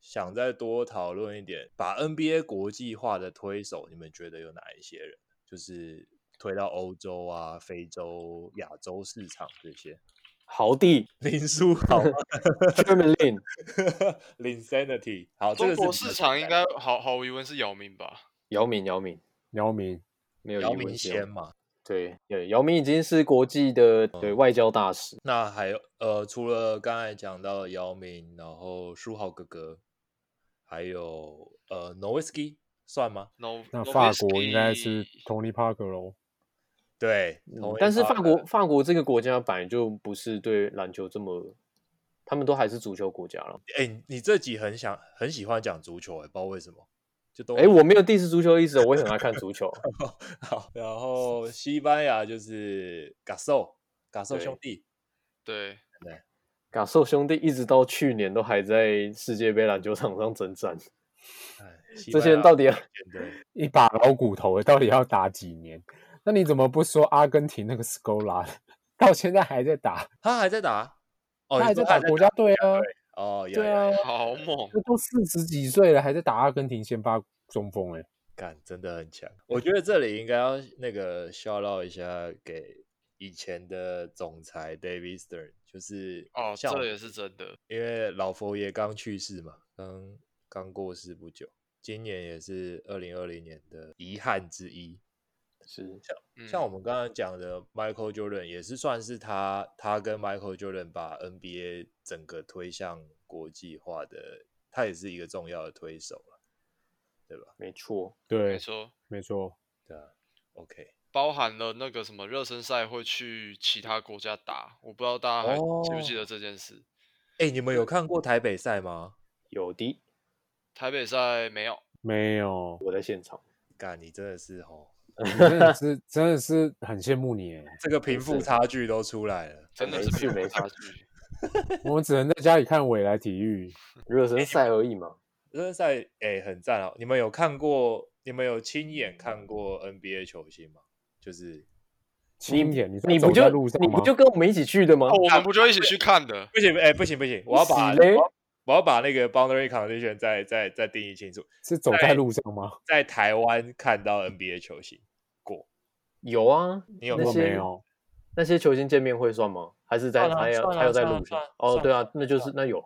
A: 想再多讨论一点，把 NBA 国际化的推手，你们觉得有哪一些人？就是推到欧洲啊、非洲、亚洲市场这些。[laughs]
D: 豪弟
A: 林书豪
D: ，German Lin，
A: [laughs] ，Linsanity，好，这
C: 中
A: 个
C: 国
A: 是
C: 市场应该毫毫无疑问是姚明吧？
D: 姚明，姚明，
B: 姚明，
D: 没有疑
A: 姚
D: 问
A: 明
D: 是姚
A: 先嗯嘛，
D: 对对，姚明已经是国际的对外交大使。
A: 那还有呃，除了刚才讲到的姚明，然后书豪哥哥，还有呃 n o w i s k y 算吗？
C: No，
B: 那法国应该是 Tony Parker 咯。
A: 对，
D: 嗯
A: 同一
D: 但是
A: 趴
D: 法
A: 的
D: 国法国这个国家本来就不是对篮球这么，他们都还是足球国家了。
A: 哎、你你这集很想很喜欢讲足球、哎，不知道为什么，就都
D: 哎，我没有 diss 足球的意思哦，我也很爱看足球。
A: [laughs] 好。然后西班牙就是 Gasol，嘎兽
D: 对
A: 兄弟，
C: 对，
D: 嘎兽兄弟一直到去年都还在世界杯篮球场上征战，
A: 哎西
D: 这
A: 班
D: 些人
A: 牙
D: 到
B: [laughs]
D: 底要
A: 对
B: 一把老骨头欸了，到底要打几年？那你怎么不说阿根廷那个 Scola [laughs] 到现在还在打？
A: 他还在打，哦，
B: 他
A: 你
B: 还
A: 说
B: 在打国家队啊？
A: 哦，呀
B: 对
A: 呀
B: 啊，
C: 好猛，
B: 这都四十几岁了，还在打阿根廷先发中锋哎、
A: 干真的很强。我觉得这里应该要那个 shout out 一下给以前的总裁 David Stern，就是
C: 哦，
A: 像
C: 这也是真的。
A: 因为老佛爷刚去世嘛，刚刚过世不久，今年也是二零二零年的遗憾之一。
D: 是
C: 嗯
A: 像我们刚刚讲的 Michael Jordan 也是算是他，他跟 Michael Jordan 把 NBA 整个推向国际化的，他也是一个重要的推手了，对吧？
D: 没错。
B: 对
C: 没，错，
B: 没错，
A: 对啊，OK。
C: 包含了那个什么热身赛会去其他国家打，我不知道大家还记不记
D: 哦
C: 得这件事。
A: 哎、你们有看过台北赛吗？
D: 有的，
C: 台北赛没有，
B: 没有，
D: 我在现场。
A: 干，你真的是哦，
B: 我真的是真的是很羡慕你哎、
A: 这个贫富
D: 是
A: 差距都出来了。
C: 真的
D: 没
C: 是
D: 事
C: 有
D: 没
C: 差距。
B: 我们只能在家里看未来体育。
D: 热身赛而已嘛。
A: 热身赛哎、很赞哦！你们有看过？你们有亲眼看过 NBA 球星吗？就是，
D: 你
B: 轻点，你说
D: 你
B: 走
D: 不就
B: 在路上
D: 你
B: 吗
D: 不？就跟我们一起去的吗
C: 哦，？我们不就
D: [laughs]
C: 一起去看的？
A: 不行，哎、不行不行，我要把
D: 你死嘞
A: 我要我要把那个 boundary condition 再再再定义清楚。
B: 是走在路上吗？
A: 在台湾看到 NBA 球星过，
D: 有啊，
A: 你有
D: 那
B: 我
A: 过
D: 些
B: 没有，
D: 那些球星见面会算吗？还是在
A: 算啊
D: 还要
A: 算啊
D: 还要在
A: 算啊
D: 录上
A: 算啊？
D: 哦，
A: 算
D: 对
A: 啊
D: 啊，那就是那有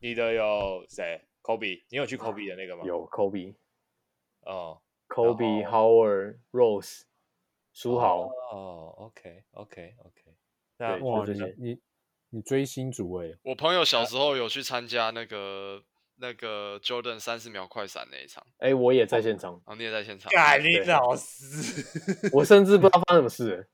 A: 你的有谁？Kobe，你有啊去 Kobe 的那个吗？
D: 有 Kobe、
A: 哦，
D: Kobe、Howard、Rose、苏豪，
A: 哦，OK OK OK，
D: 对
A: 那
D: 就
B: 哇，
D: 是
B: 你
D: 这些
B: 你你追星族哎、
C: 我朋友
D: 啊
C: 小时候有去参加那个那个 Jordan 三十秒快闪那一场，
D: 哎，我也在
A: [laughs]
D: 现场，
C: 然后你也在现场。
A: 干你
D: 对
A: 老师。
D: 我甚至不知道发生什么事了。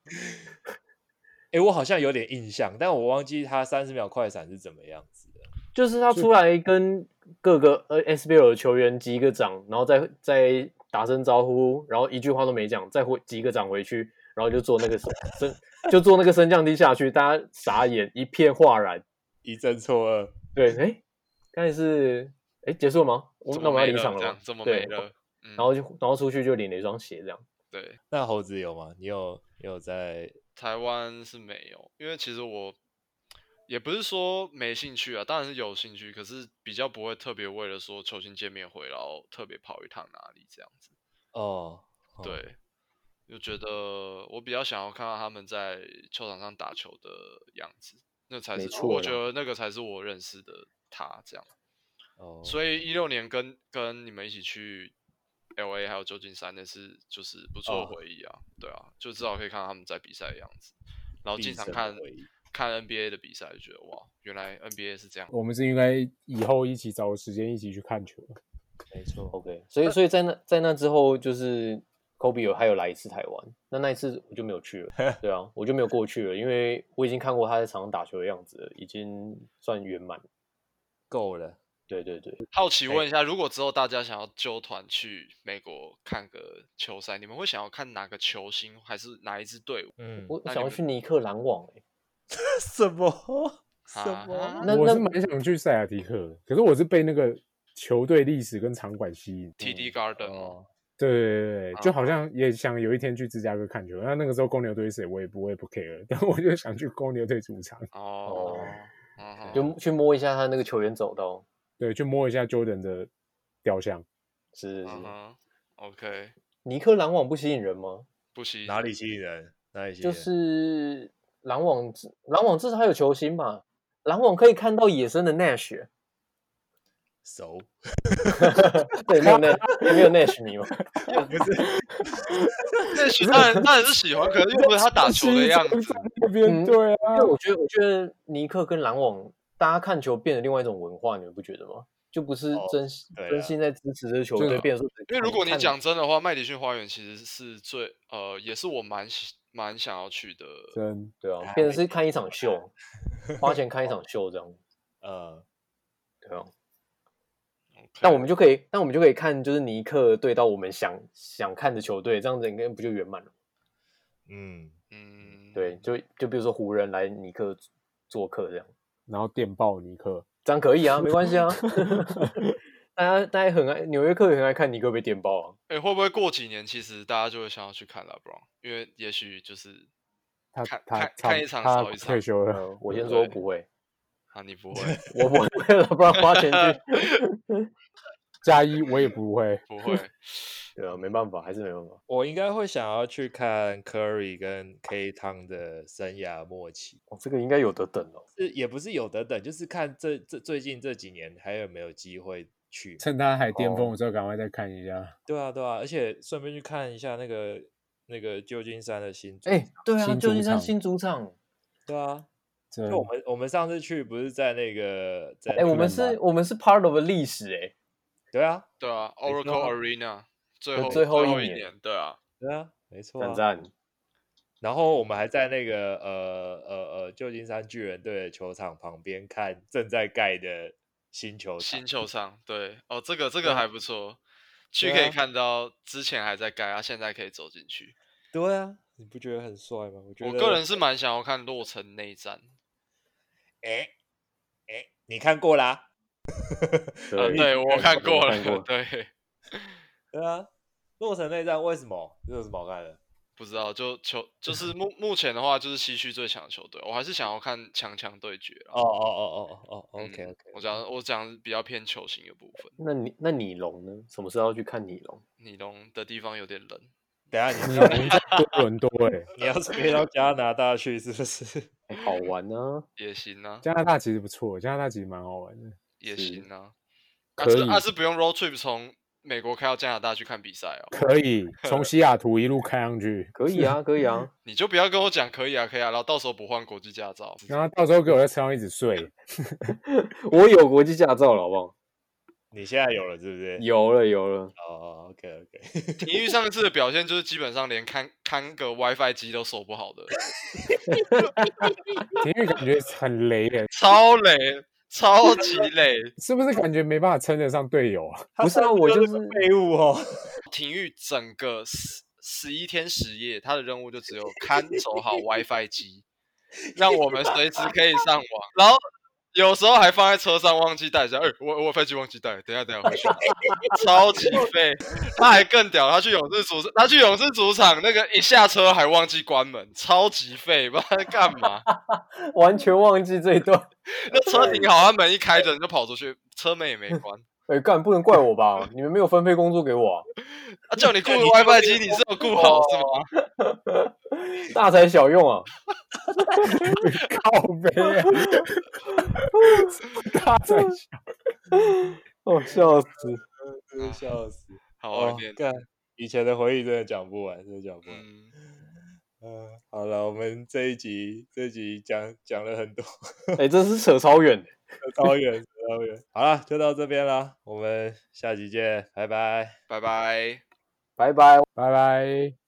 A: 哎、我好像有点印象，但我忘记他三十秒快闪是怎么样子的。
D: 就是他出来跟各个呃 SBL 的球员击个掌，然后再再打声招呼，然后一句话都没讲，再回击个掌回去，然后就做那个升升，就做那个升降梯下去，大家傻眼，一片哗然。
A: 一阵错愕，
C: [laughs]
D: 对，哎，刚才是哎结束了吗？我
C: 怎
D: 那
C: 么
D: 我
C: 没
D: 们要离
C: 了
D: 场
C: 这
D: 了吗
C: 样？怎么
D: 对
C: 没了？嗯，
D: 然后就然后出去就领了一双鞋，这样。
C: 对，
A: 那猴子有吗？你有你有在
C: 台湾是没有，因为其实我也不是说没兴趣啊，当然是有兴趣，可是比较不会特别为了说球星见面会，然后特别跑一趟哪里这样子。
A: 哦？哦，
C: 对，就觉得我比较想要看到他们在球场上打球的样子，那才
D: 没
C: 是
D: 错
C: 我
D: 啦
C: 觉得那个才是我认识的他这样。
A: 哦，
C: 所以一六年跟跟你们一起去 L A 还有旧金山那是就是不错的
A: 哦
C: 回忆啊，对啊，就至少可以看到他们在比赛的样子，然后
A: 毕
C: 经常
A: 生的
C: 看
A: 回忆
C: 看 N B A 的比赛，就觉得哇，原来 N B A 是
A: 哦
C: 这样。
B: 我们是应该以后一起找时间一起去看球。
A: 没错，
D: OK，所以所以在那在那之后就是。科比有还有来一次台湾，那那一次我就没有去了，
C: [laughs]
D: 对啊，我就没有过去了，因为我已经看过他在场上打球的样子了，已经算圆满了。
A: 够了。
D: 对对对，
C: 好
A: 哎
C: 奇问一下，如果之后大家想要揪团去美国看个球赛，你们会想要看哪个球星，还是哪一支队伍？
A: 嗯，
D: 我
C: 那
D: 想要
C: 你们
D: 去尼克篮网、欸，
A: 什么？
C: 啊
A: 什么？
D: 那
B: 我
D: 那
B: 是蛮想去塞尔提克的，可是我是被那个球队历史跟场馆吸引。
C: T D Garden 哦，
A: 哦，
B: 对对对对
C: 啊
B: 就好像也想有一天去芝加哥看球，那那个时候公牛队是谁我也不我也不 care，但我就想去公牛队主场，
C: 哦，嗯哼
D: 就去摸一下他那个球员走道，
B: 对，去摸一下 Jordan 的雕像。
D: 是是是。
C: 嗯哼，OK，
D: 尼克篮网不吸引人吗？
C: 不惜 [laughs]
A: 哪里吸引人？哪里吸引
D: 就
A: 人？
D: 是篮网至，篮网至少还有球星嘛，篮网可以看到野生的 Nash，欸
A: 熟，
D: 对，没有 Nash，没有 Nash 迷嘛，
A: 不是
C: 那许当然当然是喜欢，可是又不是他打球的样
B: 西
C: 子
B: 装。在那边
D: 嗯
B: 对啊
D: 因为，我觉得，我觉得尼克跟篮网，大家看球变了另外一种文化，你们不觉得吗？就不是
A: 哦
D: 真、
A: 对啊
D: 真心在支持这个球
B: 对
D: 队，
B: 啊
D: 变成说只
C: 因为如果你
D: 看
C: 讲真的话，麦迪逊花园其实是最呃，也是我蛮喜蛮想要去的。
B: 真
D: 对啊
A: 哎，
D: 变成是看一场秀，花钱看一场秀这样，
A: 呃，
D: 对
C: [laughs]
D: 啊。
C: OK
D: 那我们就可以，那我们就可以看，就是尼克对到我们想想看的球队，这样子应该不就圆满了？
A: 嗯，
C: 嗯，
D: 对，就就比如说湖人来尼克做客这样，
B: 然后电报尼克，
D: 这样可以啊，没关
B: [laughs]
D: 系啊。大家大家很爱纽约客也很爱看尼克被
C: [laughs]
D: 电爆啊，
C: 哎、会不会过几年其实大家就会想要去看拉布朗？因为也许就是
B: 他
C: 看
B: 他
C: 看
B: 他
C: 看一场
B: 他
C: 少一场
B: 退休了，
D: 嗯，我先说
C: 对
D: 不会，
C: 啊，你不会
D: 我不会了，不然花钱去，
B: 加一我也不会。
C: 不会？
D: 对啊，没办法，还是没办法。
A: 我应该会想要去看 Curry 跟 K 汤的生涯末期，
D: 哦，这个应该有得等哦。
A: 是也不是有的等，就是看这这最近这几年还有没有机会去
C: 嗯
A: 嘛。
B: 趁他还巅峰的时候，赶快再看一下。
A: 对啊，对啊，而且顺便去看一下那个那个旧金山的新竹
D: 哎、对啊，
B: 新
D: 旧
B: 主
D: 金山
B: 场
D: 新主场，
A: 对啊，
B: 真
A: 就我们我们上次去不是在那个在
D: 哎、我
B: 吧
D: 们是我们是 part of a 历史哎、
A: 对啊
C: 对啊
A: 错
C: ，Oracle Arena 最
D: 就
C: 后
D: 最后一
C: 后
D: 年
C: 年，对啊，
A: 对啊，没错
D: 赞
A: 啊。
D: 赞。
A: 然后我们还在那个呃呃呃旧金山巨人队的球场旁边看正在盖的新球场
C: 新，球场，对，哦，这个这个还不错，去
A: 对
C: 可以
A: 啊
C: 看到之前还在盖啊，现在可以走进去。
A: 对啊，你不觉得很帅吗？我觉得
C: 我个人是蛮想要看洛城内战，
A: 哎哎，你看过啦？
C: 呃，对我看过了，
D: 看过
C: [laughs] 对，
A: 对啊，洛城内战为什么这有什么好看的？
C: 不知道，就球就是目目前的话，就是西区最强的球队，我还是想要看强强对决啦
A: 哦哦哦哦哦哦
C: 嗯
A: ，OK OK，
C: 我讲我讲比较偏球星的部分，
D: 那你那你龙呢？什么时候要去看你龙？
C: 你龙的地方有点冷，
A: 等一下
B: [laughs]
A: 你
B: 你
A: 要
B: 赢在多伦多哎、
A: 你要是飞到加拿大去，是不是？ [laughs]
D: 哎好玩呢、
C: 也行啊，
B: 加拿大其实不错，加拿大其实蛮好玩的。
C: 也
D: 是
C: 行啊。啊
D: 可
C: 是啊
D: 以
C: 是不用 road trip 从美国开到加拿大去看比赛哦，
B: 可以从西雅图一路开上去，
D: 可以 [laughs] 啊，可以啊，
C: 你就不要跟我讲可以啊可以啊，然后到时候不换国际驾照，
B: 然后到时候给我在车上一直睡。
D: 我有国际驾照了，好不好？
A: 你现在有了，是不是？
D: 有了，有了，
A: 哦，OK OK，
C: 体育上次的表现就是基本上连看看个 WiFi 机都守不好的，
B: 田玉感觉很雷耶，
C: 超累，超级累。
B: 是不是感觉没办法称得上队友啊？ [laughs]
D: 不是啊，我就
A: 就是个废物哦。
C: 体育整个十十一天十夜，他的任务就只有看守好 WiFi 机，让我们随时可以上网。然后有时候还放在车上忘记带一下，哎、我我 WiFi 机忘记带，等一下等一下回去拿，超级废。他还更屌，他去勇士主他去勇士主场那个一下车还忘记关门，超级废，不知道在干嘛。
D: 完全忘记这一段。 [laughs]
C: 那车停好，他门一开着你就跑出去，车门也没关。
D: 哎、干，不能怪我吧？你们没有分配工作给我、啊，
C: 啊，叫你顾 WiFi 机，你是有顾好是吗？
D: 大材小用 [laughs] 啊。
B: 靠背啊，大在笑。
D: 哦，笑死！
A: [laughs] 真笑死！
C: 好，
A: 哦
C: 有点，
A: 干，以前的回忆真的讲不完，真的讲不完。
C: 嗯，
A: 嗯，好了，我们这一集这一集讲讲了很多， [laughs]
D: 哎、这是扯超远的。
A: 超远超远。好了，就到这边啦，我们下集见，拜拜。
C: 拜拜。
D: 拜拜，
B: 拜拜。